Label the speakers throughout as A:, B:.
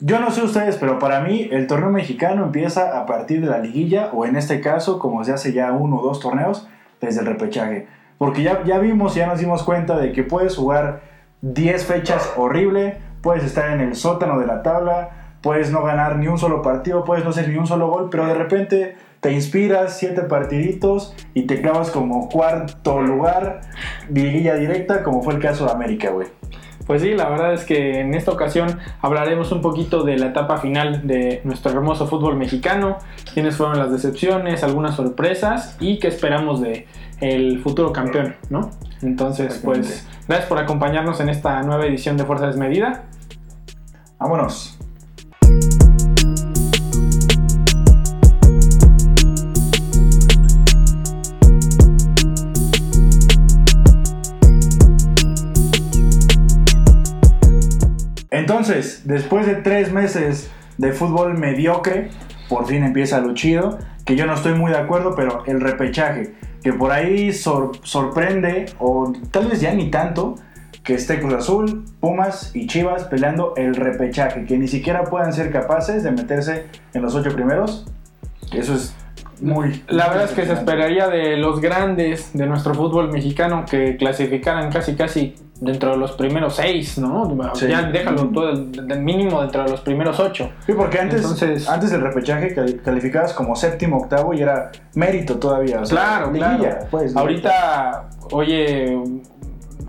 A: Yo no sé ustedes, pero para mí el torneo mexicano empieza a partir de la liguilla, o en este caso, como se hace ya uno o dos torneos, desde el repechaje. Porque ya, ya vimos, ya nos dimos cuenta de que puedes jugar 10 fechas horrible, puedes estar en el sótano de la tabla, puedes no ganar ni un solo partido, puedes no hacer ni un solo gol, pero de repente te inspiras siete partiditos y te clavas como cuarto lugar, liguilla directa, como fue el caso de América, güey.
B: Pues sí, la verdad es que en esta ocasión hablaremos un poquito de la etapa final de nuestro hermoso fútbol mexicano, quiénes fueron las decepciones, algunas sorpresas y qué esperamos de el futuro campeón, ¿no? Entonces, pues gracias por acompañarnos en esta nueva edición de Fuerza Desmedida.
A: Vámonos. Entonces, después de tres meses de fútbol mediocre, por fin empieza lo chido, que yo no estoy muy de acuerdo, pero el repechaje, que por ahí sor- sorprende, o tal vez ya ni tanto, que esté Cruz Azul, Pumas y Chivas peleando el repechaje, que ni siquiera puedan ser capaces de meterse en los ocho primeros. Eso es muy...
B: La verdad es que se
A: espera
B: esperaría de los grandes de nuestro fútbol mexicano que clasificaran casi casi dentro de los primeros seis, ¿no?
A: Sí.
B: Ya déjalo todo el, del mínimo dentro de los primeros ocho.
A: Sí, porque antes,
B: Entonces-
A: antes del repechaje cal- calificabas como séptimo, octavo y era mérito todavía. o sea,
B: Claro, claro.
A: liguilla, pues,
B: Ahorita, oye,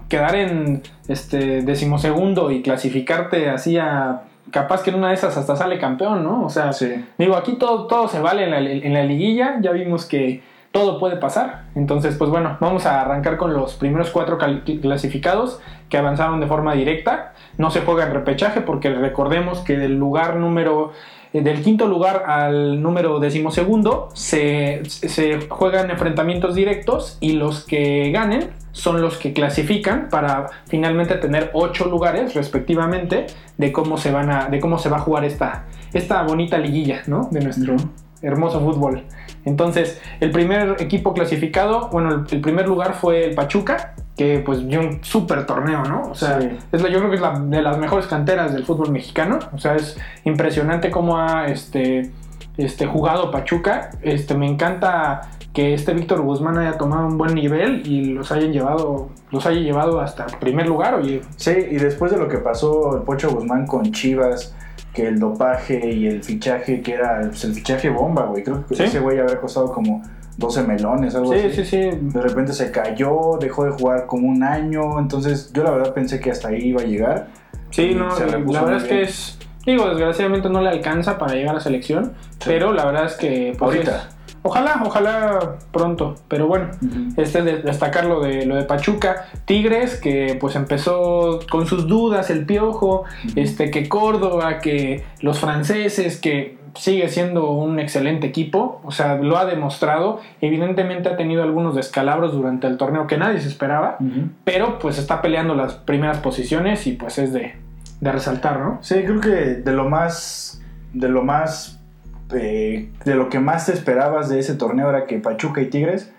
B: quedar en este decimosegundo y clasificarte así a capaz que en una de esas hasta sale campeón, ¿no? O sea,
A: Sí.
B: digo, aquí todo, todo se vale en la, en la liguilla, ya vimos que todo puede pasar. Entonces, pues bueno, vamos a arrancar con los primeros cuatro cali- clasificados que avanzaron de forma directa. No se juega en repechaje porque recordemos que del lugar número eh, del quinto lugar al número decimosegundo se, se juegan enfrentamientos directos y los que ganen son los que clasifican para finalmente tener ocho lugares respectivamente de cómo se van a, de cómo se va a jugar esta, esta bonita liguilla ¿no? de nuestro
A: Ujú.
B: hermoso fútbol. Entonces, el primer equipo clasificado, bueno, el, el primer lugar fue el Pachuca, que pues dio un súper torneo, ¿no? O sea,
A: Sí.
B: es la- yo creo que es la, de las mejores canteras del fútbol mexicano. O sea, es impresionante cómo ha este, este, jugado Pachuca. Este, me encanta que este Víctor Guzmán haya tomado un buen nivel y los hayan llevado, los haya llevado hasta el primer lugar, oye.
A: Sí, y después de lo que pasó el Pocho Guzmán con Chivas, que el dopaje y el fichaje, que era pues, el fichaje bomba, güey. Creo que
B: Sí.
A: ese güey habrá costado como 12 melones, algo
B: Sí,
A: así.
B: sí, sí.
A: De repente se cayó, dejó de jugar como un año. Entonces, yo la verdad pensé que hasta ahí iba a llegar.
B: Sí,
A: Y
B: no,
A: se
B: la
A: repuso
B: verdad
A: muy
B: es que
A: bien.
B: es. Digo, desgraciadamente no le alcanza para llegar a selección, pero la verdad es que. pues,
A: Ahorita.
B: es- ojalá, ojalá pronto, pero bueno.
A: Ujú.
B: Este de destacar lo de, lo de Pachuca, Tigres, que pues empezó con sus dudas, el piojo, este, que Córdoba, que los franceses, que sigue siendo un excelente equipo, o sea, lo ha demostrado, evidentemente ha tenido algunos descalabros durante el torneo que nadie se esperaba,
A: Ujú.
B: pero pues está peleando las primeras posiciones y pues es de, de resaltar, ¿no?
A: Sí, creo que de lo más. De lo más. eh, de lo que más te esperabas de ese torneo era que Pachuca y Tigres,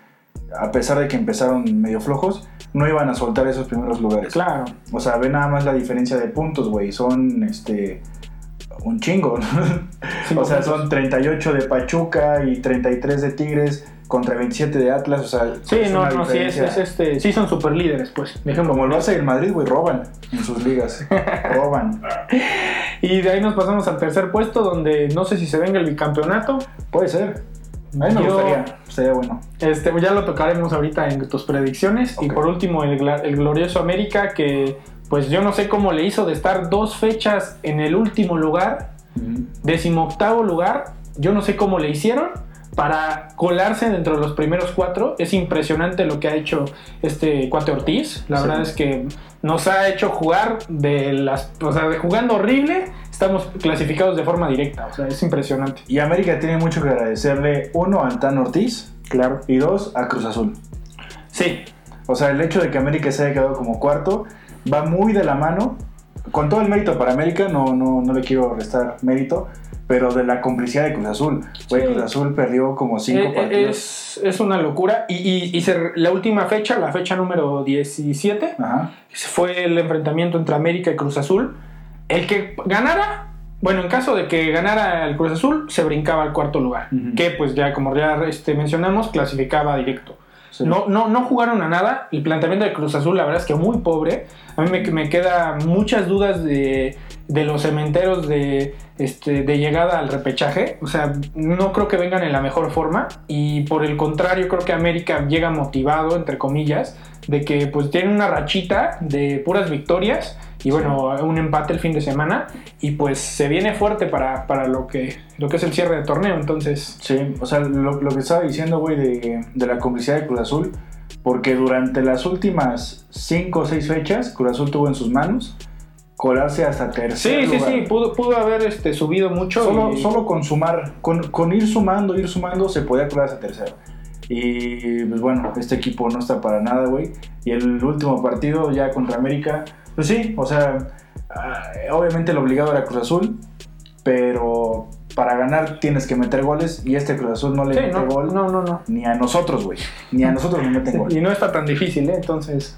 A: a pesar de que empezaron medio flojos, no iban a soltar esos primeros lugares.
B: Claro,
A: O sea, ve nada más la diferencia de puntos, güey. Son este. Un chingo. ¿no?
B: cinco
A: o sea,
B: puntos.
A: son 38 de Pachuca y 33 de Tigres contra 27 de Atlas. O sea,
B: Sí,
A: es
B: no,
A: una
B: no, sí, es,
A: diferencia.
B: es este, sí son super líderes, pues, dejémoslo.
A: Como lo hace el Madrid, güey, roban en sus ligas. roban.
B: Y de ahí nos pasamos al tercer puesto, donde no sé si se venga el bicampeonato.
A: Puede ser. A mí me
B: Yo-
A: gustaría. Sería bueno.
B: Este, ya lo tocaremos ahorita en tus predicciones. Y
A: Ok.
B: por último, el, gla- el glorioso América, que pues yo no sé cómo le hizo de estar dos fechas en el último lugar, decimoctavo lugar. Yo no sé cómo le hicieron para colarse dentro de los primeros cuatro. Es impresionante lo que ha hecho este Cuate Ortiz. La
A: Sí.
B: verdad es que nos ha hecho jugar de las. O sea, de jugando horrible, estamos clasificados de forma directa. O sea, es impresionante.
A: Y América tiene mucho que agradecerle, uno, a Antán Ortiz. Claro. Y dos, a Cruz Azul.
B: Sí,
A: O sea, el hecho de que América se haya quedado como cuarto va muy de la mano. Con todo el mérito para América, no, no, no le quiero restar mérito, pero de la complicidad de Cruz Azul. Güey,
B: Sí.
A: Cruz Azul perdió como cinco
B: Eh,
A: partidos.
B: Es, es una locura. Y, y- y se- la última fecha, la fecha número 17,
A: Ajá.
B: fue el enfrentamiento entre América y Cruz Azul. El que ganara Bueno, en caso de que ganara el Cruz Azul, se brincaba al cuarto lugar,
A: Ujú.
B: que pues ya como ya este, mencionamos, clasificaba directo. No, no, no jugaron a nada. El planteamiento de Cruz Azul, la verdad es que muy pobre. A mí me, me queda muchas dudas de, de los cementeros de, este, de llegada al repechaje. O sea, no creo que vengan en la mejor forma. Y por el contrario, creo que América llega motivado, entre comillas, de que pues tiene una rachita de puras victorias. Y bueno, un empate el fin de semana. Y pues se viene fuerte para, para lo, que, lo que es el cierre de torneo. Entonces,
A: Sí, o sea, lo, lo que estaba diciendo, güey, de, de la complicidad de Cruz Azul, porque durante las últimas 5 o 6 fechas, Cruz Azul tuvo en sus manos colarse hasta tercer
B: sí, sí,
A: lugar.
B: sí, pudo, pudo haber este, subido mucho.
A: Solo,
B: y-
A: solo con sumar, con, con ir sumando, ir sumando, se podía colar hasta tercero. Y pues bueno, este equipo no está para nada, güey. Y el último partido ya contra América, pues sí, o sea, ah, obviamente el obligado era Cruz Azul, pero para ganar tienes que meter goles y este Cruz Azul no le
B: Sí,
A: mete
B: no,
A: gol
B: no, no, no.
A: ni a nosotros, güey. Ni a nosotros nos meten gol.
B: Y no está tan difícil, ¿eh? Entonces.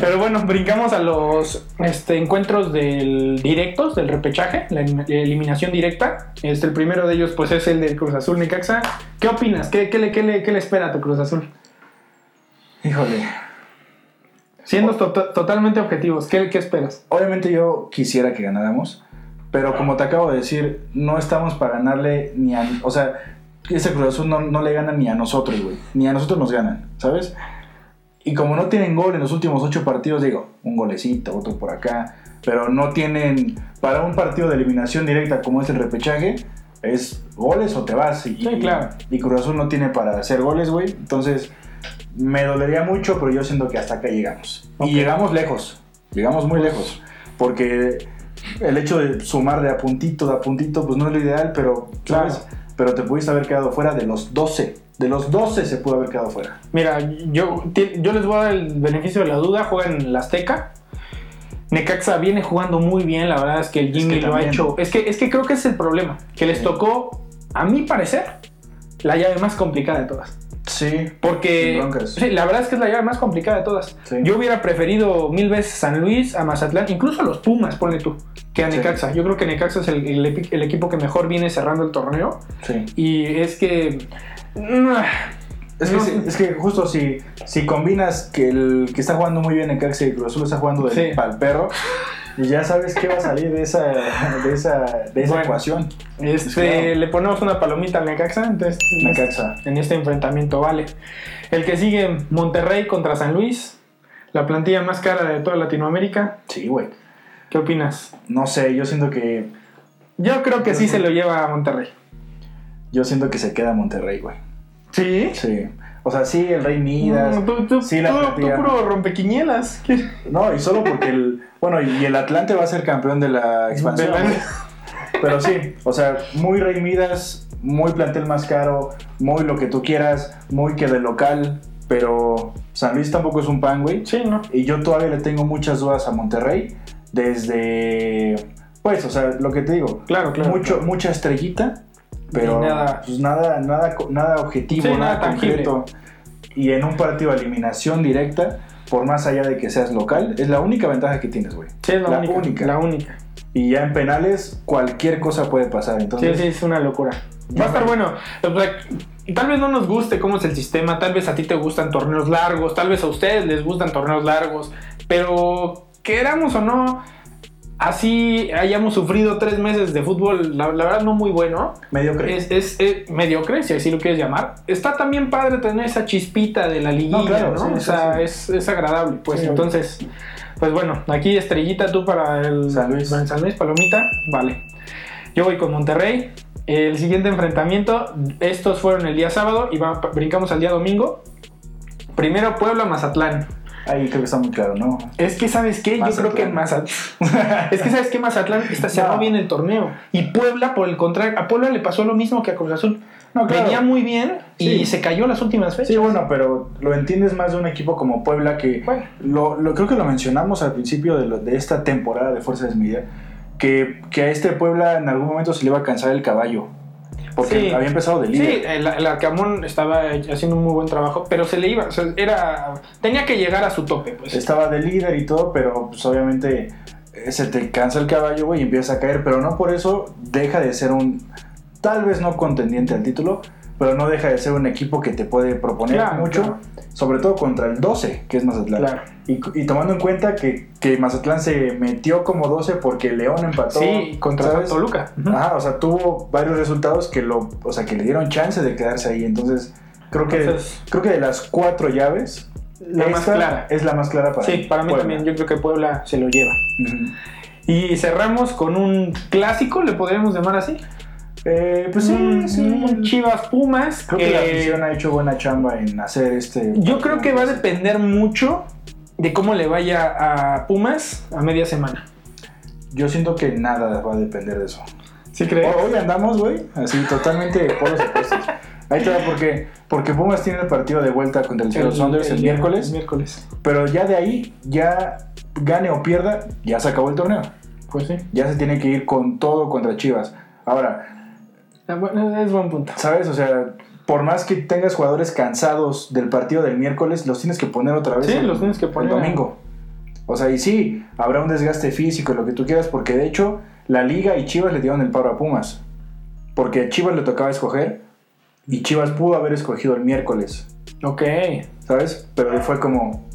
B: Pero bueno, brincamos a los este, encuentros del directos, del repechaje, la elim- eliminación directa. Este, el primero de ellos, pues, es el del Cruz Azul Necaxa. ¿Qué opinas? ¿Qué, qué le, qué le- qué le espera a tu Cruz Azul?
A: Híjole.
B: Siendo to- totalmente objetivos, ¿qué, qué esperas?
A: Obviamente yo quisiera que ganáramos,
B: Ah.
A: pero como te acabo de decir, no estamos para ganarle ni a... O sea, ese Cruz Azul no, no le gana ni a nosotros, güey. Ni a nosotros nos ganan, ¿sabes? Y como no tienen gol en los últimos ocho partidos, digo, un golecito, otro por acá, pero no tienen... Para un partido de eliminación directa como es el repechaje, es goles o te vas. Y,
B: Sí, claro.
A: Y Cruz Azul no tiene para hacer goles, güey. Entonces, me dolería mucho, pero yo siento que hasta acá llegamos.
B: Ok. Pues,
A: Y llegamos lejos, llegamos muy lejos, porque el hecho de sumar de a puntito, de a puntito, pues no es lo ideal, pero,
B: Claro.
A: ¿sabes? Pero te pudiste haber quedado fuera de los 12. De los 12 se pudo haber quedado fuera.
B: Mira, yo, ti- yo les voy a dar el beneficio de la duda. Juegan en la Azteca. Necaxa viene jugando muy bien. La verdad es que el
A: que
B: Jimmy lo ha
A: también.
B: hecho. Es que, es que creo que es el problema. Que les
A: Sí.
B: tocó, a mi parecer, la llave más complicada de todas.
A: Sí. Sin
B: Porque
A: broncas.
B: sí, la verdad es que es la llave más complicada de todas.
A: Sí.
B: Yo hubiera preferido mil veces San Luis, a Mazatlán, incluso a los Pumas, ponle tú, que a
A: Sí.
B: Necaxa. Yo creo que Necaxa es el- el epi- el equipo que mejor viene cerrando el torneo.
A: Sí.
B: Y es que... mm,
A: Es que,
B: No.
A: si- es que justo si, si combinas que el que está jugando muy bien en Caxi y Cruz Azul está jugando del
B: Sí.
A: pal perro, pues ya sabes qué va a salir de esa, de esa, de esa
B: Bueno.
A: ecuación.
B: Este,
A: Claro.
B: Le ponemos una palomita al Necaxa, entonces
A: Necaxa.
B: en este enfrentamiento vale. El que sigue, Monterrey contra San Luis, la plantilla más cara de toda Latinoamérica.
A: Sí, güey.
B: ¿Qué opinas?
A: No sé, yo siento que
B: Yo creo que sí se lo lleva a Monterrey.
A: yo siento que se queda Monterrey, güey.
B: ¿Sí? Mm,
A: Sí. O sea, sí, el Rey Midas.
B: tú, tú-
A: sí, la
B: tú-
A: plantilla.
B: tú puro rompequiñelas. ¿Qué?
A: No, y solo porque el. Bueno, y el Atlante va a ser campeón de la expansión.
B: De la-
A: güey. Pero sí, o sea, muy Rey Midas, muy plantel más caro, muy lo que tú quieras, muy que de local. Pero San Luis tampoco es un pan, güey.
B: Sí, ¿no?
A: Y yo todavía le tengo muchas dudas a Monterrey. Desde. Pues, o sea, lo que te digo.
B: Claro, claro.
A: mucho, Mucha estrellita, pero
B: Y
A: nada.
B: nada.
A: Pues nada, nada, co- nada objetivo,
B: Sí,
A: nada,
B: nada tangible.
A: concreto. Y en un partido de eliminación directa, por más allá de que seas local, es la única ventaja que tienes, güey.
B: Sí, es la,
A: la
B: única,
A: única.
B: La única.
A: Y ya en penales, cualquier cosa puede pasar.
B: Sí,
A: Entonces,
B: sí, es una locura. Va a estar bueno. O sea, Tal vez no nos guste cómo es el sistema, tal vez a ti te gustan torneos largos, tal vez a ustedes les gustan torneos largos, pero queramos o no, así hayamos sufrido tres meses de fútbol, la, la verdad no muy bueno,
A: mediocre.
B: es, es, es mediocre, si así lo quieres llamar. Está también padre tener esa chispita de la liguilla,
A: No,
B: ¿no?
A: claro, sí,
B: o
A: sí,
B: sea,
A: sí.
B: Es, es agradable, pues
A: Sí,
B: entonces, pues bueno, aquí estrellita tú para el
A: San Luis.
B: para el San Luis, Palomita, vale. Yo voy con Monterrey. El siguiente enfrentamiento, estos fueron el día sábado y va- brincamos al día domingo. Primero Puebla Mazatlán.
A: Ahí creo que está muy claro, ¿no?
B: Es que sabes qué, yo creo que
A: Mazatlán.
B: Mazatlán. es que sabes qué, Mazatlán está cerró
A: No.
B: bien el torneo y Puebla por el contrario, a Puebla le pasó lo mismo que a Cruz Azul.
A: No, claro.
B: Venía muy bien y
A: Sí.
B: se cayó las últimas fechas.
A: Sí, bueno, pero lo entiendes más de un equipo como Puebla que
B: Bueno.
A: lo, lo- creo que lo mencionamos al principio de, lo- de esta temporada de Fuerzas Media, que, que a este Puebla en algún momento se le iba a cansar el caballo. Porque
B: Sí.
A: había empezado de líder.
B: Sí, el, el Arcamón estaba haciendo un muy buen trabajo, pero se le iba, o sea, era tenía que llegar a su tope, pues.
A: Estaba de líder y todo, pero pues obviamente eh, se te cansa el caballo, güey, y empieza a caer, pero no por eso deja de ser un, tal vez no contendiente al título, pero no deja de ser un equipo que te puede proponer
B: Claro,
A: mucho,
B: claro.
A: sobre todo contra el 12, que es Mazatlán.
B: Claro.
A: Y, y tomando en cuenta que, que Mazatlán se metió como 12 porque León empató.
B: Sí, contra
A: ¿sabes?
B: Toluca. Ujú.
A: Ajá, o sea, tuvo varios resultados que lo, o sea, que le dieron chance de quedarse ahí. Entonces, creo que,
B: Entonces-
A: creo que de las cuatro llaves,
B: La más
A: esta
B: clara.
A: Es la más clara para
B: Sí, para mí
A: Puebla.
B: también. Yo creo que Puebla se lo lleva.
A: Ujú.
B: Y cerramos con un clásico, le podríamos llamar así.
A: Eh, pues sí,
B: Un-
A: sí.
B: un Chivas Pumas.
A: Creo que la
B: Mm, eh,
A: afición ha hecho buena chamba en hacer este.
B: Yo creo que va a depender mucho de cómo le vaya a Pumas a media semana.
A: Yo siento que nada va a depender de eso.
B: ¿Sí
A: Hoy- Hoy andamos, güey, así totalmente por los opuestos. Ahí te va porque, porque Pumas tiene el partido de vuelta contra el Seattle Sounders el, miércoles,
B: miércoles.
A: pero ya de ahí, ya gane o pierda, ya se acabó el torneo.
B: Pues sí.
A: Ya se tiene que ir con todo contra Chivas. Ahora,
B: Ah, bueno, es buen punto.
A: ¿sabes? O sea, por más que tengas jugadores cansados del partido del miércoles, los tienes que poner otra vez
B: Sí,
A: el,
B: los tienes que poner.
A: el domingo. O sea, y sí, habrá un desgaste físico, y lo que tú quieras, porque de hecho la liga y Chivas le dieron el paro a Pumas. Porque a Chivas le tocaba escoger y Chivas pudo haber escogido el miércoles,
B: Ok.
A: ¿sabes? Pero fue como...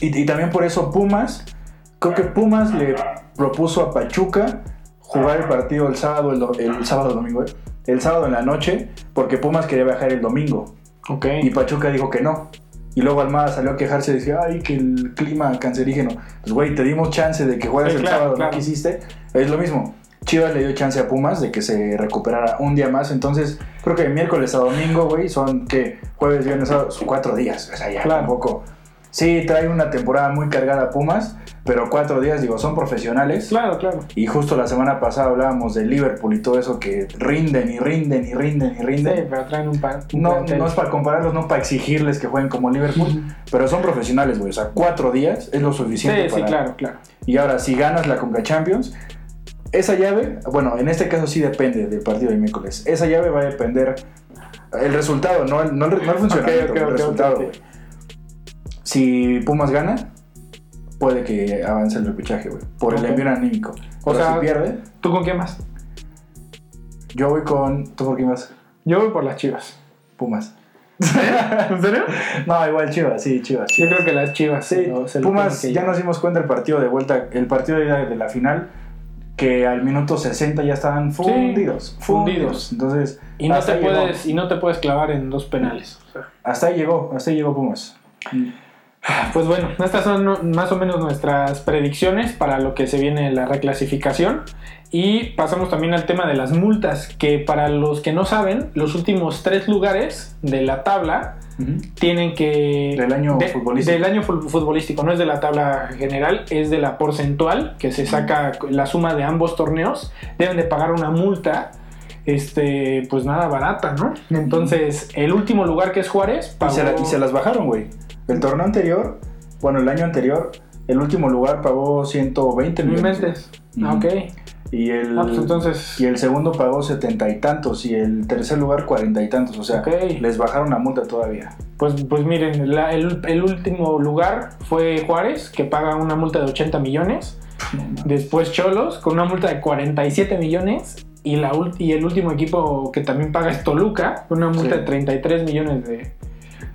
A: Y, y también por eso Pumas, creo que Pumas le propuso a Pachuca jugar el partido el sábado, el, do- el sábado, el domingo, eh, el sábado en la noche, porque Pumas quería viajar el domingo.
B: Ok.
A: Y Pachuca dijo que no. Y luego Almada salió a quejarse y decía, ay, que el clima cancerígeno. Pues, güey, te dimos chance de que juegas
B: Sí,
A: el
B: claro,
A: sábado,
B: claro.
A: ¿no quisiste? Es lo mismo. Chivas le dio chance a Pumas de que se recuperara un día más. Entonces, creo que de miércoles a domingo, güey, son que jueves, viernes, sábado, son cuatro días. O sea, ya
B: Claro.
A: tampoco. Sí, trae una temporada muy cargada Pumas, pero cuatro días, digo, son profesionales.
B: Claro, claro.
A: Y justo la semana pasada hablábamos de Liverpool y todo eso que rinden y rinden y rinden y
B: Sí,
A: rinden.
B: pero traen un par. un
A: No,
B: plantel.
A: no es para compararlos, no para exigirles que jueguen como Liverpool, pero son profesionales, güey. O sea, cuatro días es lo
B: Sí,
A: suficiente
B: sí,
A: para.
B: claro, claro.
A: Y ahora, si ganas la Conca Champions, esa llave, bueno, en este caso sí depende del partido de miércoles. Esa llave va a depender el resultado, no el, no el- no el funcionamiento,
B: ok,
A: el
B: ok,
A: resultado,
B: ok, ok.
A: güey. Si Pumas gana, puede que avance el repechaje, güey, por
B: Ok.
A: el envío anímico.
B: O
A: O sea,
B: sea-
A: si pierde,
B: ¿Tú con quién más?
A: yo voy con. ¿Tú por qué más?
B: Yo voy por las chivas.
A: Pumas.
B: ¿En serio?
A: No, igual Chivas, sí, Chivas.
B: Yo
A: Chivas.
B: creo que las chivas.
A: Sí,
B: no, se lo
A: Pumas,
B: tienen que
A: ya
B: llevar.
A: nos dimos cuenta el partido de vuelta, el partido de ida de la final, que al minuto 60 ya estaban fundidos.
B: fundidos.
A: fundidos. Entonces,
B: Y no,
A: hasta
B: te
A: ahí llegó.
B: puedes, y no te puedes clavar en dos penales. o sea.
A: hasta ahí llegó, hasta ahí llegó Pumas.
B: Pues bueno, estas son no- más o menos nuestras predicciones para lo que se viene la reclasificación. Y pasamos también al tema de las multas, que para los que no saben, los últimos tres lugares de la tabla tienen que...
A: Del año
B: de-
A: futbolístico.
B: Del año fu- futbolístico, no es de la tabla general, es de la porcentual, que se saca la suma de ambos torneos. Deben de pagar una multa, este, pues nada barata, ¿no? Entonces, el último lugar que es Juárez,
A: Y, se la-
B: pagó-
A: y se las bajaron, güey. El torneo anterior, bueno, el año anterior, el último lugar pagó 120
B: No
A: millones.
B: inventes.
A: Ujú.
B: Ah, Ok.
A: Y el,
B: Ah, pues entonces.
A: y el segundo pagó setenta y tantos y el tercer lugar cuarenta y tantos. O sea,
B: Ok.
A: les bajaron la multa todavía.
B: Pues, pues miren, la- el, el último lugar fue Juárez, que paga una multa de 80 millones. Después Cholos, con una multa de 47 millones. Y, la, ul- y el último equipo que también paga es Toluca, con una multa
A: Sí.
B: de 33 millones de.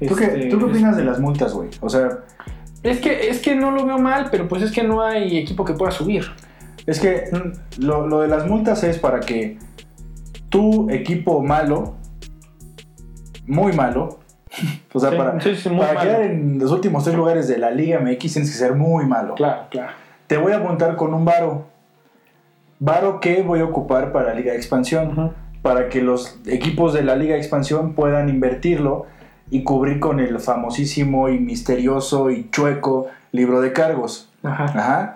A: ¿Tú, qué,
B: este,
A: ¿Tú qué opinas de las multas, güey? O sea,
B: Es que, es que no lo veo mal, pero pues es que no hay equipo que pueda subir.
A: Es que mm, lo, lo de las multas es para que tu equipo malo, muy malo, o sea,
B: Sí,
A: para,
B: sí, sí, muy
A: para
B: malo.
A: quedar en los últimos tres lugares de la Liga MX tienes que ser muy malo.
B: Claro, claro.
A: Te voy a apuntar con un varo. Varo que voy a ocupar para Liga de Expansión,
B: Ujú.
A: para que los equipos de la Liga de Expansión puedan invertirlo y cubrir con el famosísimo y misterioso y chueco libro de cargos.
B: Ajá.
A: Ajá.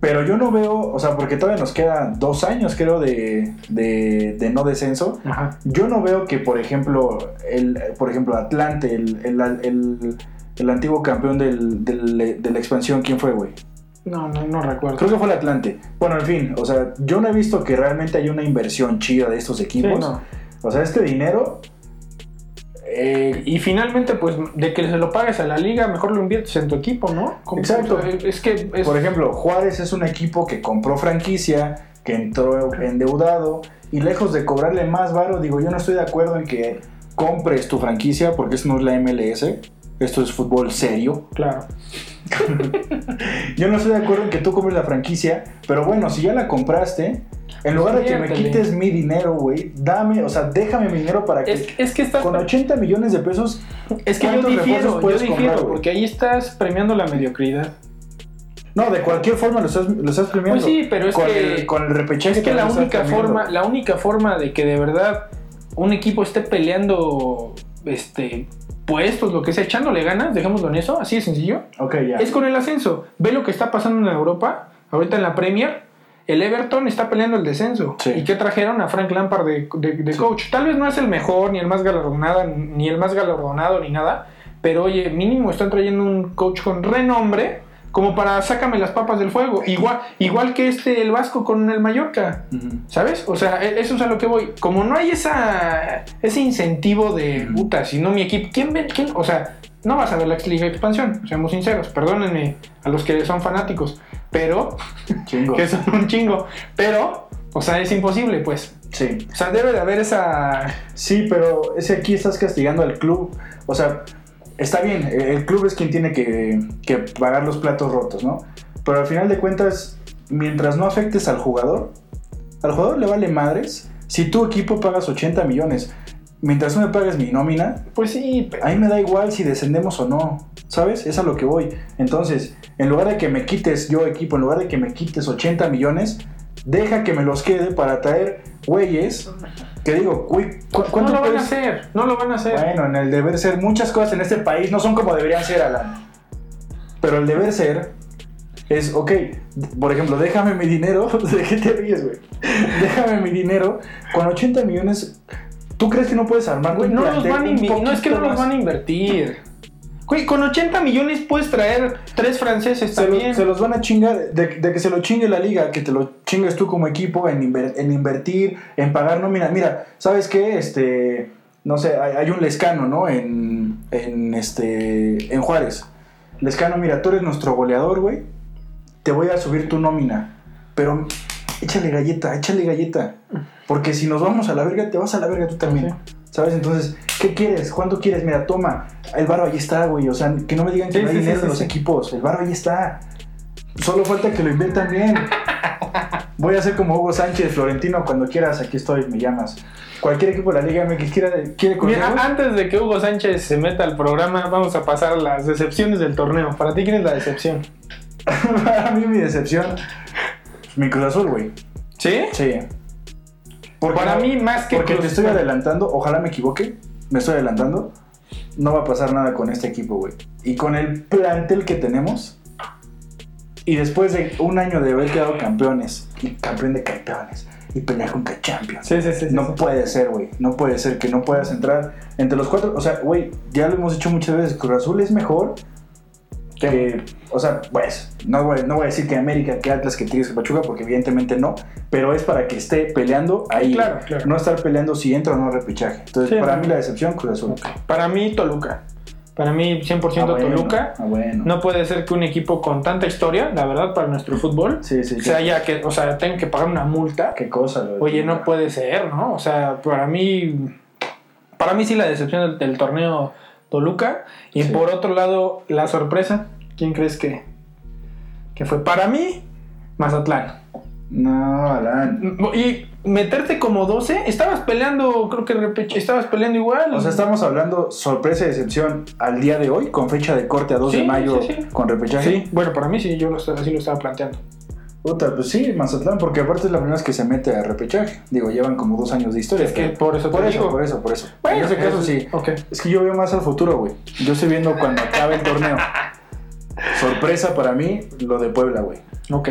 A: Pero yo no veo, o sea, porque todavía nos quedan dos años, creo, de, de, de no descenso.
B: Ajá.
A: Yo no veo que, por ejemplo, el, por ejemplo Atlante, el, el, el- el antiguo campeón del- del- de la expansión, ¿quién fue, güey?
B: No, no, no recuerdo.
A: Creo que fue el Atlante. Bueno, en fin, o sea, yo no he visto que realmente haya una inversión chida de estos
B: Sí,
A: equipos.
B: no.
A: O sea, este dinero, Eh,
B: Y finalmente, pues, de que se lo pagues a la liga, mejor lo inviertes en tu equipo, ¿no? Como- eh,
A: Exacto.
B: Es que es-
A: Por ejemplo, Juárez es un equipo que compró franquicia, que entró endeudado y lejos de cobrarle más varo, digo, yo no estoy de acuerdo en que compres tu franquicia porque eso no es la MLS, esto es fútbol serio.
B: claro.
A: eh, Yo no estoy de acuerdo en que tú compres la franquicia, pero bueno, si ya la compraste, en lugar de que me
B: Inviértele.
A: quites mi dinero, güey, dame, o sea, déjame mi dinero para que
B: Es, es que estás
A: con 80 millones de pesos
B: Es que yo
A: ¿Cuántos refuerzos
B: difiero, yo
A: puedes comprar,
B: difiero,
A: güey?
B: porque ahí estás premiando la mediocridad.
A: No, de cualquier forma lo estás, lo estás premiando.
B: Pues sí, pero es
A: con
B: que-
A: el, con el repechaje
B: Es que la
A: también lo estás
B: única
A: premiando.
B: forma, la única forma de que de verdad un equipo esté peleando este puestos, lo que sea, echándole ganas, dejémoslo en eso, así de sencillo,
A: Ok, ya.
B: es con el ascenso. Ve lo que está pasando en Europa, ahorita en la Premier. El Everton está peleando el descenso.
A: Sí.
B: ¿Y qué trajeron a Frank Lampard de, de- de
A: Sí.
B: coach? Tal vez no es el mejor, ni el más galardonado, ni el más galardonado, ni nada. Pero oye, mínimo están trayendo un coach con renombre, como para sácame las papas del fuego. Igual, igual que este el Vasco con el Mallorca.
A: Ujú.
B: ¿Sabes? O sea, e- eso es a lo que voy. Como no hay esa, ese incentivo de
A: Ujú.
B: puta, si no mi equipo, ¿quién ve? quién? O sea, no vas a ver la Liga Expansión, seamos sinceros, perdónenme a los que son fanáticos, pero,
A: Chingo.
B: que son un chingo, pero, o sea, es imposible, pues.
A: Sí.
B: O sea, debe de haber esa.
A: sí, pero es que aquí estás castigando al club. O sea, está bien, el- el club es quien tiene que, que pagar los platos rotos, ¿no? Pero al final de cuentas, mientras no afectes al jugador, al jugador le vale madres. Si tu equipo pagas 80 millones, mientras no me pagues mi nómina,
B: Pues sí, pero.
A: A mí me da igual si descendemos o no, ¿sabes? Es a lo que voy. Entonces, en lugar de que me quites yo equipo, en lugar de que me quites 80 millones, deja que me los quede para traer güeyes. Que digo, güey, ¿cu-
B: No
A: ¿cuánto
B: lo van a
A: puedes-
B: hacer, no lo van a hacer.
A: Bueno, en el deber ser, muchas cosas en este país no son como deberían ser, Alan. Pero el deber ser es, ok, por ejemplo, déjame mi dinero. ¿De qué te ríes, güey? Déjame mi dinero. Con 80 millones, ¿tú crees que no puedes armar
B: Güey,
A: un
B: no, los
A: plantel
B: van a
A: un
B: invi- no es que no
A: poquito
B: los
A: más?
B: van a invertir. Güey, con 80 millones puedes traer tres franceses
A: se, lo-
B: también.
A: se los van a chingar, de, de que se lo chingue la liga, que te lo chingues tú como equipo en, inver- en invertir, en pagar nómina. Mira, ¿sabes qué? Este, no sé, hay, hay un Lescano, ¿no? En, en, este, en Juárez. Lescano, mira, tú eres nuestro goleador, güey. Te voy a subir tu nómina. Pero échale galleta, échale galleta. Porque si nos vamos a la verga, te vas a la verga tú también. ¿Sabes? Entonces, ¿qué quieres? ¿Cuánto quieres? Mira, toma. El varo ahí está, güey. O sea, que no me digan que
B: Sí,
A: no hay
B: sí, sí,
A: dinero
B: sí,
A: en los
B: sí.
A: equipos. El varo ahí está. Solo falta que lo inviertan bien. Voy a ser como Hugo Sánchez, Florentino, cuando quieras, aquí estoy, me llamas. Cualquier equipo de la Liga MX quiera, quiere
B: Mira,
A: conmigo.
B: antes de que Hugo Sánchez se meta al programa, vamos a pasar a las decepciones del torneo. Para ti, ¿quién es la decepción? ah,
A: Para mí mi decepción, pues, mi Cruz Azul, güey.
B: ¿Sí?
A: Sí. Porque
B: Para
A: no-
B: mí, más que
A: Porque
B: Cruz-
A: me estoy adelantando, ojalá me equivoque, me estoy adelantando. No va a pasar nada con este equipo, güey. Y con el plantel que tenemos, y después de un año de haber quedado campeones, y campeón de campeones, y pelear con Champions.
B: Sí, sí, sí. sí,
A: No
B: sí.
A: puede ser, güey. No puede ser que no puedas entrar entre los cuatro. O sea, güey, ya lo hemos dicho muchas veces. Cruz Azul es mejor que. O sea, pues, no voy, no voy a decir que América, que Atlas, que Tigres, que Pachuca, porque evidentemente no. Pero es para que esté peleando ahí.
B: Claro, claro.
A: No estar peleando si entra o no repechaje. Entonces,
B: Sí,
A: para
B: no.
A: mí la decepción, Cruz Azul.
B: Para mí, Toluca. Para mí, 100%
A: Ah, bueno,
B: Toluca.
A: ah, bueno.
B: No puede ser que un equipo con tanta historia, la verdad, para nuestro fútbol,
A: Sí, sí,
B: sea
A: qué-
B: ya que, o sea, tengo que pagar una multa.
A: Qué cosa, lo de
B: Oye,
A: Toluca.
B: no puede ser, ¿no? O sea, para mí, para mí sí la decepción del, del torneo Toluca. Y
A: Sí.
B: por otro lado, la sorpresa, ¿quién crees que, que fue? Para mí, Mazatlán.
A: No, Alan.
B: Y meterte como 12, estabas peleando, creo que repeche- estabas peleando igual.
A: O sea, estamos hablando sorpresa y decepción al día de hoy, con fecha de corte a 2 de
B: Sí,
A: mayo,
B: sí, sí.
A: con repechaje.
B: Sí, bueno, para mí sí, yo lo estaba- así lo estaba planteando.
A: Puta, pues sí, Mazatlán, porque aparte es la primera vez que se mete a repechaje. Digo, llevan como dos años de historia.
B: Es que
A: pero-
B: por eso te
A: por eso,
B: digo.
A: por eso, por eso.
B: Bueno,
A: en ese caso
B: es-
A: sí.
B: Ok.
A: Es que yo veo más al futuro, güey. Yo estoy viendo cuando acabe el torneo. Sorpresa para mí, lo de Puebla, güey.
B: Ok.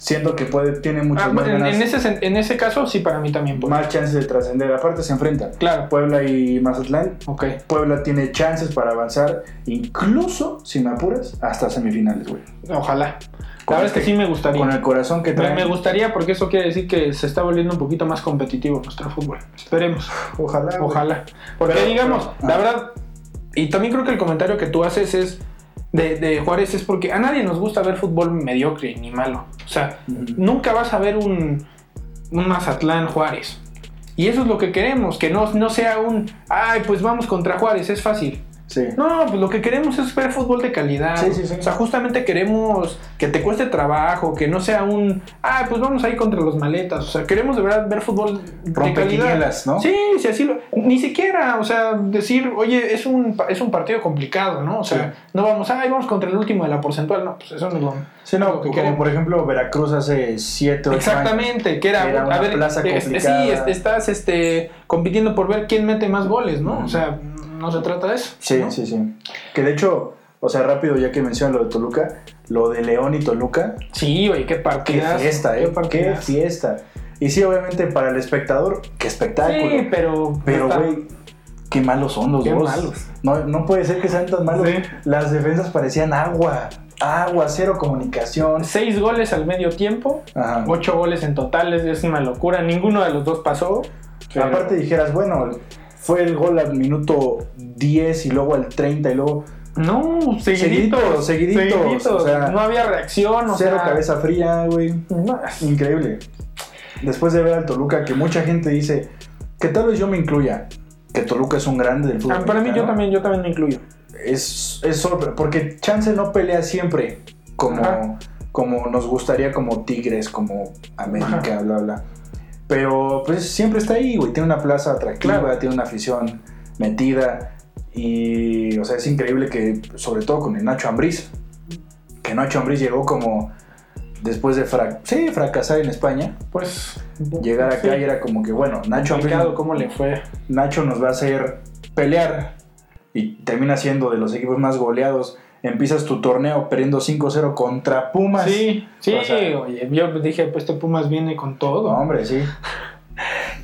A: siento que puede, tiene muchas
B: Ah,
A: más,
B: bueno, en,
A: ganas-
B: en ese, sen- en ese caso, sí, para mí también. pues.
A: más pues. chances de trascender. Aparte se enfrentan.
B: Claro,
A: Puebla y Mazatlán.
B: ok.
A: Puebla tiene chances para avanzar, incluso, si me apuras, hasta semifinales, güey.
B: Ojalá.
A: Con
B: La verdad es que
A: este-
B: sí me gustaría.
A: Con el corazón que
B: Me,
A: traen.
B: me gustaría porque eso quiere decir que se está volviendo un poquito más competitivo nuestro fútbol. Esperemos,
A: Ojalá. güey.
B: ojalá. Porque
A: Pero-
B: digamos,
A: pero-
B: la
A: ah.
B: verdad, y también creo que el comentario que tú haces es de, de Juárez es porque a nadie nos gusta ver fútbol mediocre ni malo. O sea,
A: Ujú.
B: nunca vas a ver un, un Mazatlán Juárez. Y eso es lo que queremos, que no, no sea un, ay, pues vamos contra Juárez, es fácil.
A: Sí.
B: No, pues lo que queremos es ver fútbol de calidad.
A: Sí, sí, sí.
B: O sea, justamente queremos que te cueste trabajo, que no sea un, ah, pues vamos ahí contra los maletas. O sea, queremos de verdad ver fútbol de calidad.
A: Rompequinielas, ¿no?
B: Sí, sí, así lo- ni siquiera, o sea, decir, oye, es un, pa- es un partido complicado, ¿no? O sea, no vamos, ay, vamos contra el último de la porcentual, no, pues eso no es lo...
A: Sí, no,
B: Lo que
A: como
B: queremos.
A: por ejemplo Veracruz hace 7 años.
B: Exactamente, que era,
A: Era
B: a
A: una
B: ver,
A: plaza
B: es- es-
A: complicada.
B: sí, es- estás este, compitiendo por ver quién mete más goles, ¿no? O sea, no se trata de eso.
A: Sí,
B: ¿no?
A: sí, sí. Que de hecho, o sea, rápido, ya que mencionan lo de Toluca, lo de León y Toluca,
B: Sí, oye,
A: qué
B: qué partidazo.
A: fiesta, ¿eh? Qué
B: partidazo.
A: fiesta. Y sí, obviamente, para el espectador, qué espectáculo.
B: Sí, pero.
A: Pero,
B: está-
A: güey, qué malos son los
B: Qué
A: dos.
B: malos.
A: No, no puede ser que sean tan malos.
B: Sí.
A: Las defensas parecían agua, agua, cero comunicación.
B: Seis goles al medio tiempo,
A: Ajá.
B: ocho goles en total, es, es una locura. Ninguno de los dos pasó. pero-
A: Aparte dijeras, bueno, fue el gol al minuto 10 y luego al 30 y luego
B: no, seguiditos,
A: Seguiditos, seguiditos, o sea,
B: no había reacción, o
A: cero
B: sea,
A: cabeza Ah, fría, güey.
B: no,
A: Increíble. Después de ver al Toluca, que mucha gente dice que tal vez yo me incluya, que Toluca es un grande del fútbol.
B: ah, para mí, yo
A: mexicano.
B: también, yo también me incluyo.
A: Es, es sorpre- porque Chance no pelea siempre como,
B: Ajá.
A: como nos gustaría, como Tigres, como América,
B: Ajá.
A: bla, bla. Pero pues siempre está ahí, güey. Tiene una plaza atractiva,
B: Claro.
A: tiene una afición metida. Y, o sea, es increíble que, sobre todo con el Nacho Ambriz, que Nacho Ambriz llegó como después de frac- sí, fracasar en España.
B: Pues.
A: llegar acá
B: sí,
A: y era como que, bueno, Nacho,
B: complicado,
A: Ambriz-
B: ¿Cómo le fue?
A: Nacho nos va a hacer pelear y termina siendo de los equipos más goleados. Empiezas tu torneo perdiendo 5-0 contra Pumas.
B: Sí, sí,
A: o sea-
B: oye, yo dije, pues este Pumas viene con todo.
A: No, hombre, sí.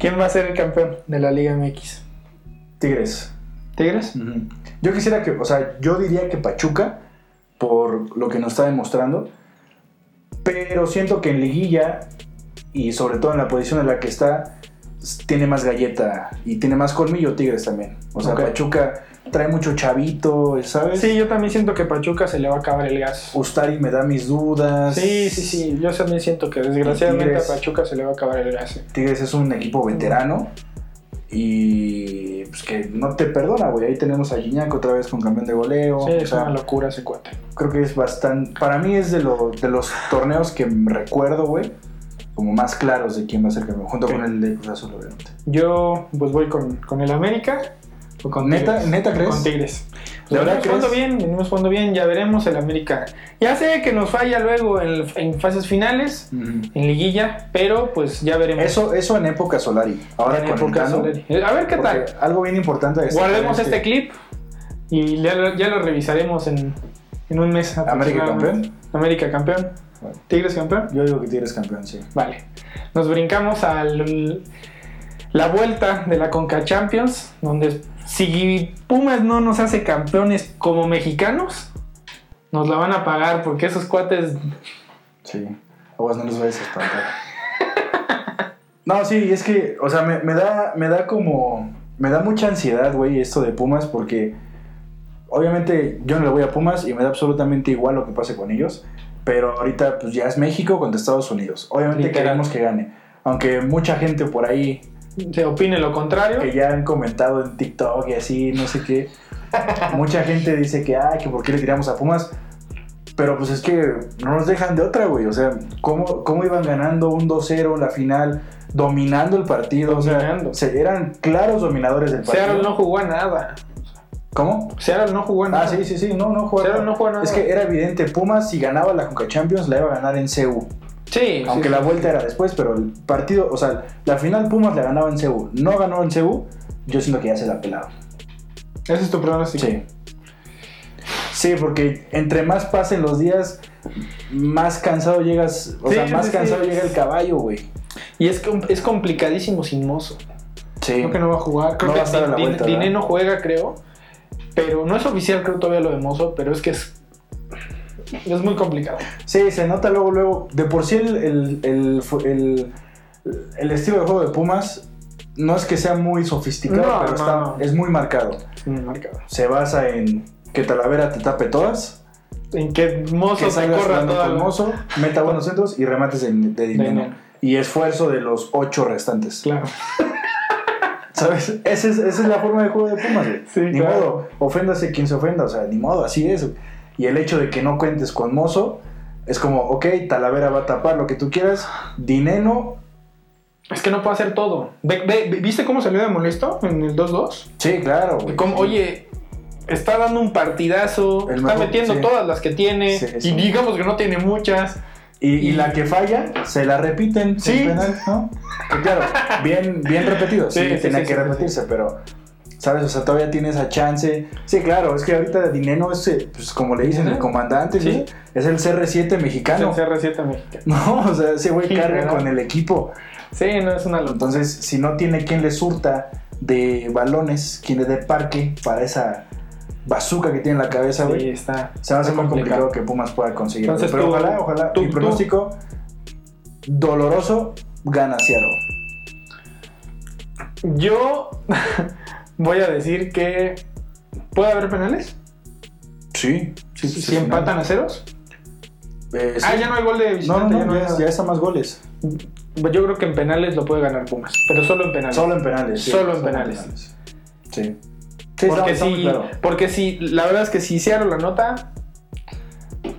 B: ¿Quién va a ser el campeón de la Liga MX?
A: Tigres.
B: ¿Tigres?
A: Ujú. Yo quisiera que, o sea, yo diría que Pachuca, por lo que nos está demostrando, pero siento que en liguilla y sobre todo en la posición en la que está, s- tiene más galleta y tiene más colmillo Tigres también. O sea,
B: Ok.
A: Pachuca trae mucho chavito, ¿sabes?
B: Sí, yo también siento que Pachuca se le va a acabar el gas.
A: Ustari me da mis dudas.
B: Sí, sí, sí. Yo también siento que desgraciadamente
A: Tigres.
B: a Pachuca se le va a acabar el gas.
A: Tigres es un equipo veterano y pues que no te perdona, güey. Ahí tenemos a Gignac otra vez con campeón de goleo.
B: Sí,
A: O
B: es
A: sea,
B: una locura ese cuate.
A: creo que es bastante... Para mí es de, lo- de los torneos que recuerdo, güey, como más claros de quién va a ser campeón, junto
B: Sí.
A: con el de Cruz Azul, obviamente.
B: Yo, pues voy con, con el América. O con
A: ¿Neta-
B: Tigres.
A: neta crees?
B: Con Tigres.
A: ¿De verdad
B: Venimos jugando
A: crees?
B: bien, venimos jugando bien. Ya veremos el América. Ya sé que nos falla luego en, en fases finales, en liguilla, pero pues ya veremos.
A: Eso, eso en época Solari. Ahora
B: En
A: con
B: época
A: el Tano,
B: Solari. Eh, A ver qué tal.
A: porque Algo bien importante de
B: Guardemos
A: es que
B: este clip y ya lo, ya lo revisaremos en, en un mes.
A: América
B: aproximadamente. América campeón.
A: Bueno.
B: Tigres campeón.
A: Yo digo que Tigres campeón, sí.
B: Vale. Nos brincamos a la vuelta de la Conca Champions, donde si Pumas no nos hace campeones como mexicanos, nos la van a pagar porque esos cuates...
A: Sí. Aguas, no los vayas a espantar. no, sí, es que, o sea, me, me da, me da como. Me da mucha ansiedad, güey, esto de Pumas, porque. Obviamente yo no le voy a Pumas y me da absolutamente igual lo que pase con ellos. Pero ahorita, pues ya es México contra Estados Unidos. Obviamente
B: Literal.
A: queremos que gane. Aunque mucha gente por ahí
B: Se opine lo contrario.
A: que ya han comentado en TikTok y así, no sé qué. Mucha gente dice que, ay, que por qué le tiramos a Pumas. Pero pues es que no nos dejan de otra, güey. O sea, ¿cómo, cómo iban ganando un 2-0 en la final, dominando el partido? O sea,
B: Dominando.
A: se- eran claros dominadores del partido.
B: Seattle no jugó a nada.
A: ¿Cómo?
B: Seattle no jugó a nada.
A: Ah, sí, sí, sí, no, no jugaba.
B: Seattle no jugó a nada.
A: Es que era evidente, Pumas si ganaba la Conca Champions la iba a ganar en CU.
B: Sí,
A: Aunque
B: sí,
A: la
B: sí.
A: vuelta era después, pero el partido, o sea, la final Pumas la ganaba en CU. No ganó en CU, yo siento que ya se la pelaron.
B: Ese es tu pronóstico.
A: Sí. Sí, porque entre más pasen los días, más cansado llegas, o
B: Sí,
A: sea, más
B: sí, sí.
A: cansado llega el caballo, güey.
B: Y es, com- es complicadísimo sin mozo.
A: Sí.
B: Creo que no va a jugar. Creo
A: No
B: que
A: va a estar a la
B: Din- Din-
A: vuelta,
B: Diné
A: ¿verdad?
B: no juega, creo. Pero no es oficial, creo todavía lo de mozo, pero es que es. Es muy complicado.
A: Sí, se nota luego, luego. De por sí el, el, el, fu- el- el estilo de juego de Pumas no es que sea muy sofisticado,
B: No,
A: pero
B: no,
A: está,
B: no.
A: es muy marcado.
B: Es muy marcado.
A: Se basa en que Talavera te tape todas,
B: En que mozo
A: que
B: se
A: salgas
B: corra
A: jugando
B: toda
A: con
B: la-
A: Mozo, meta buenos centros y remates de, de dinero.
B: Dinero.
A: Y esfuerzo de los ocho restantes.
B: Claro.
A: ¿Sabes? Esa es, esa es la forma de juego de Pumas, güey.
B: Sí,
A: ni
B: claro.
A: modo, oféndase quien se ofenda, o sea, ni modo, así es. güey. Y el hecho de que no cuentes con Mozo es como, ok, Talavera va a tapar lo que tú quieras, Dineno,
B: Es que no puede hacer todo. Ve- ve- ve- ¿Viste cómo salió de molesto en el 2-2?
A: sí, claro, güey.
B: Como, Oye, está dando un partidazo,
A: El
B: está
A: mejor-
B: metiendo
A: sí.
B: todas las que tiene,
A: Sí,
B: y
A: sí.
B: digamos que no tiene muchas.
A: Y, y
B: y-
A: la que falla, se la repiten,
B: Sí.
A: sin penal, ¿no? Que claro, bien, bien repetido, sí,
B: Sí,
A: que
B: sí,
A: tenía
B: sí,
A: que
B: sí,
A: repetirse, pero, ¿sabes? O sea, todavía tiene esa chance. Sí, claro, es que ahorita Dineno es, eh, pues, como le dicen, el
B: Ajá.
A: comandante,
B: Sí.
A: güey, es el CR7 mexicano.
B: Es el CR7 mexicano.
A: No, o sea, ese güey
B: Sí,
A: carga
B: ¿verdad?
A: con el equipo.
B: Sí, no es una locura.
A: Entonces, si no tiene quien le surta de balones, quien le dé parque para esa bazuca que tiene en la cabeza, güey,
B: Sí, está.
A: se va a hacer
B: está
A: muy complicado que Pumas pueda conseguir.
B: Entonces,
A: pero
B: tú-
A: ojalá, ojalá.
B: tú-
A: mi
B: tú-
A: pronóstico doloroso gana Seattle.
B: Yo voy a decir que puede haber penales.
A: Sí, sí,
B: si empatan a ceros.
A: Eh, sí.
B: Ah, ya no hay gol de
A: no, no,
B: visitante.
A: no,
B: ya
A: ya, ya están más goles.
B: Yo creo que en penales lo puede ganar Pumas, pero solo en penales.
A: Solo en penales. sí,
B: Solo en penales.
A: Sí. Sí, está-
B: porque,
A: está muy
B: si,
A: claro.
B: porque si, la verdad es que si Seattle la nota,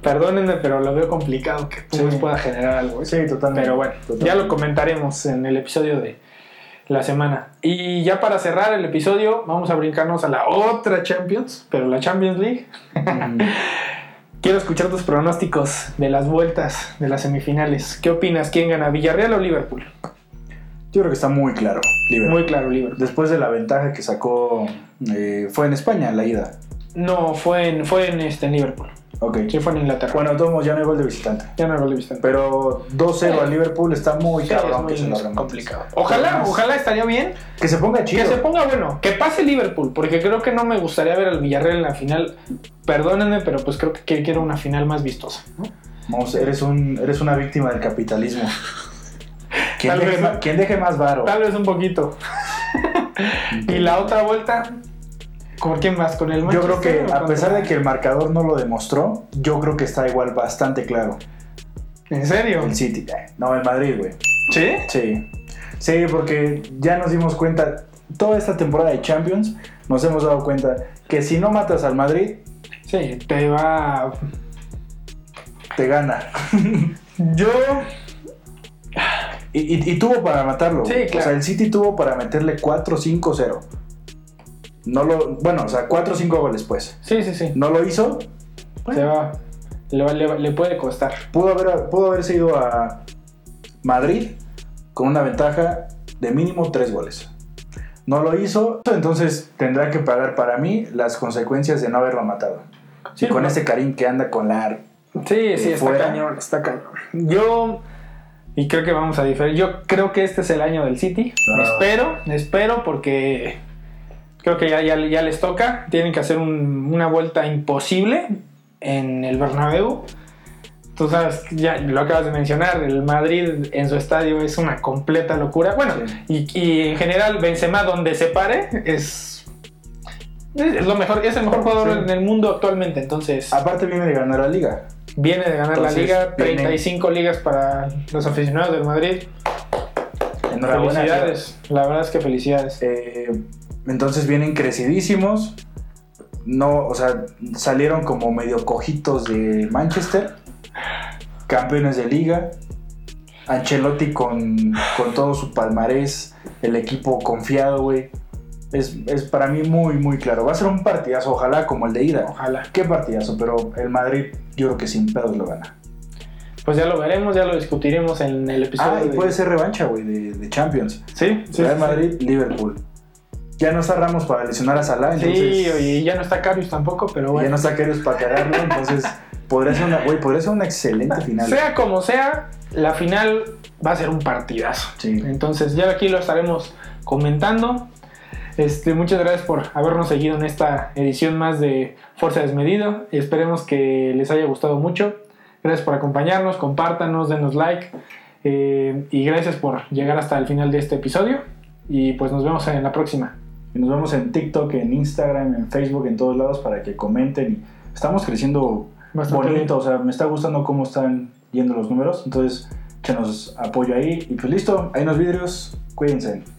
B: perdónenme, pero lo veo complicado que Pumas
A: Sí.
B: pueda generar algo. ¿eh?
A: Sí, totalmente.
B: Pero bueno,
A: totalmente.
B: ya lo comentaremos en el episodio de la semana. Y ya para cerrar el episodio, vamos a brincarnos a la otra Champions, pero la Champions League.
A: Mm.
B: Quiero escuchar tus pronósticos de las vueltas de las semifinales. ¿Qué opinas? ¿Quién gana, Villarreal o Liverpool?
A: Yo creo que está muy claro. Liverpool.
B: Muy claro, Liverpool.
A: Después de la ventaja que sacó, eh, fue en España la ida.
B: No, fue en, fue en este, en Liverpool.
A: Ok.
B: Sí, fue en Inglaterra.
A: Bueno, de todos modos, ya no hay gol de visitante.
B: ya no lo he visto.
A: Pero 2-0 al Liverpool está muy
B: Sí,
A: cabrón
B: es
A: que se
B: muy
A: lo remontes.
B: complicado. Ojalá,
A: Además,
B: ojalá estaría bien
A: Que se ponga chido.
B: que se ponga bueno, que pase Liverpool, porque creo que no me gustaría ver al Villarreal en la final. Perdónenme, pero pues creo que que quiero una final más vistosa. ¿no?
A: Vamos, eres, un, eres una víctima del capitalismo. ¿Quién,
B: Tal
A: deje
B: vez-
A: más, ¿quién deje más varo?
B: Tal vez un poquito. y la otra vuelta, ¿con quién vas? ¿Con el
A: Yo creo
B: Manchester
A: que,
B: o
A: a
B: con-
A: pesar de que el marcador no lo demostró, yo creo que está igual bastante claro.
B: ¿En serio?
A: El City. eh, No, el Madrid, güey.
B: ¿Sí?
A: Sí. Sí, porque ya nos dimos cuenta, toda esta temporada de Champions, nos hemos dado cuenta que si no matas al Madrid,
B: Sí, te va...
A: te gana.
B: Yo...
A: Y, y- y tuvo para matarlo.
B: Sí,
A: güey. O
B: claro.
A: sea, el City tuvo para meterle 4-5-0. No lo. Bueno, o sea, 4-5 goles, pues.
B: Sí, sí, sí.
A: No lo hizo.
B: Se va... Le, va- le va- le puede costar.
A: Pudo haber, pudo haberse ido a Madrid con una ventaja de mínimo 3 goles. No lo hizo, entonces tendrá que pagar para mí las consecuencias de no haberlo matado.
B: Sí,
A: y con
B: no.
A: este Karim que anda con la.
B: Sí, sí,
A: eh,
B: está
A: fuera.
B: cañón, está cañón. Yo, y creo que vamos a diferir, yo creo que este es el año del City.
A: Ah.
B: Espero, espero porque creo que ya, ya, ya les toca. Tienen que hacer un- una vuelta imposible en el Bernabéu. Tú sabes, ya lo acabas de mencionar, el Madrid en su estadio es una completa locura. Bueno, y, y en general Benzema donde se pare es, es lo mejor, es el mejor jugador
A: Sí.
B: en el mundo actualmente, entonces
A: Aparte viene de ganar la liga.
B: Viene de ganar
A: Entonces,
B: la liga,
A: viene-
B: 35 ligas para los aficionados del Madrid.
A: Enhorabuena.
B: Felicidades, la verdad es que felicidades.
A: Eh, entonces vienen crecidísimos. No, o sea, salieron como medio cojitos de Manchester. Campeones de liga. Ancelotti con, con todo su palmarés. El equipo confiado, güey. Es, es para mí muy, muy claro. Va a ser un partidazo, ojalá, como el de ida.
B: Ojalá.
A: Qué partidazo, pero el Madrid yo creo que sin pedos lo gana.
B: Pues ya lo veremos, ya lo discutiremos en el episodio.
A: Ah, y
B: Pues de-
A: puede ser revancha, güey, de, de Champions.
B: Sí, sí.
A: Real
B: sí,
A: Madrid, Liverpool. Ya no está Ramos para lesionar a Salah,
B: Sí,
A: entonces...
B: Sí, oye, y ya no está Carius tampoco,
A: Y
B: pero
A: Ya
B: bueno.
A: no está Karius para cagarlo, entonces Podría ser una, güey, podría ser una excelente final.
B: Sea como sea, la final va a ser un partidazo.
A: Sí.
B: Entonces ya aquí lo estaremos comentando. Este, muchas gracias por habernos seguido en esta edición más de Fuerza Desmedido. Esperemos que les haya gustado mucho. Gracias por acompañarnos, compártanos, denos like. eh, y gracias por llegar hasta el final de este episodio. Y pues nos vemos en la próxima.
A: Y nos vemos en TikTok, en Instagram, en Facebook, en todos lados para que comenten. Estamos creciendo
B: Bastante bien.
A: bonito, o sea, me está gustando cómo están yendo los números. Entonces, échenos apoyo ahí. Y pues listo, ahí nos vidrios. Cuídense.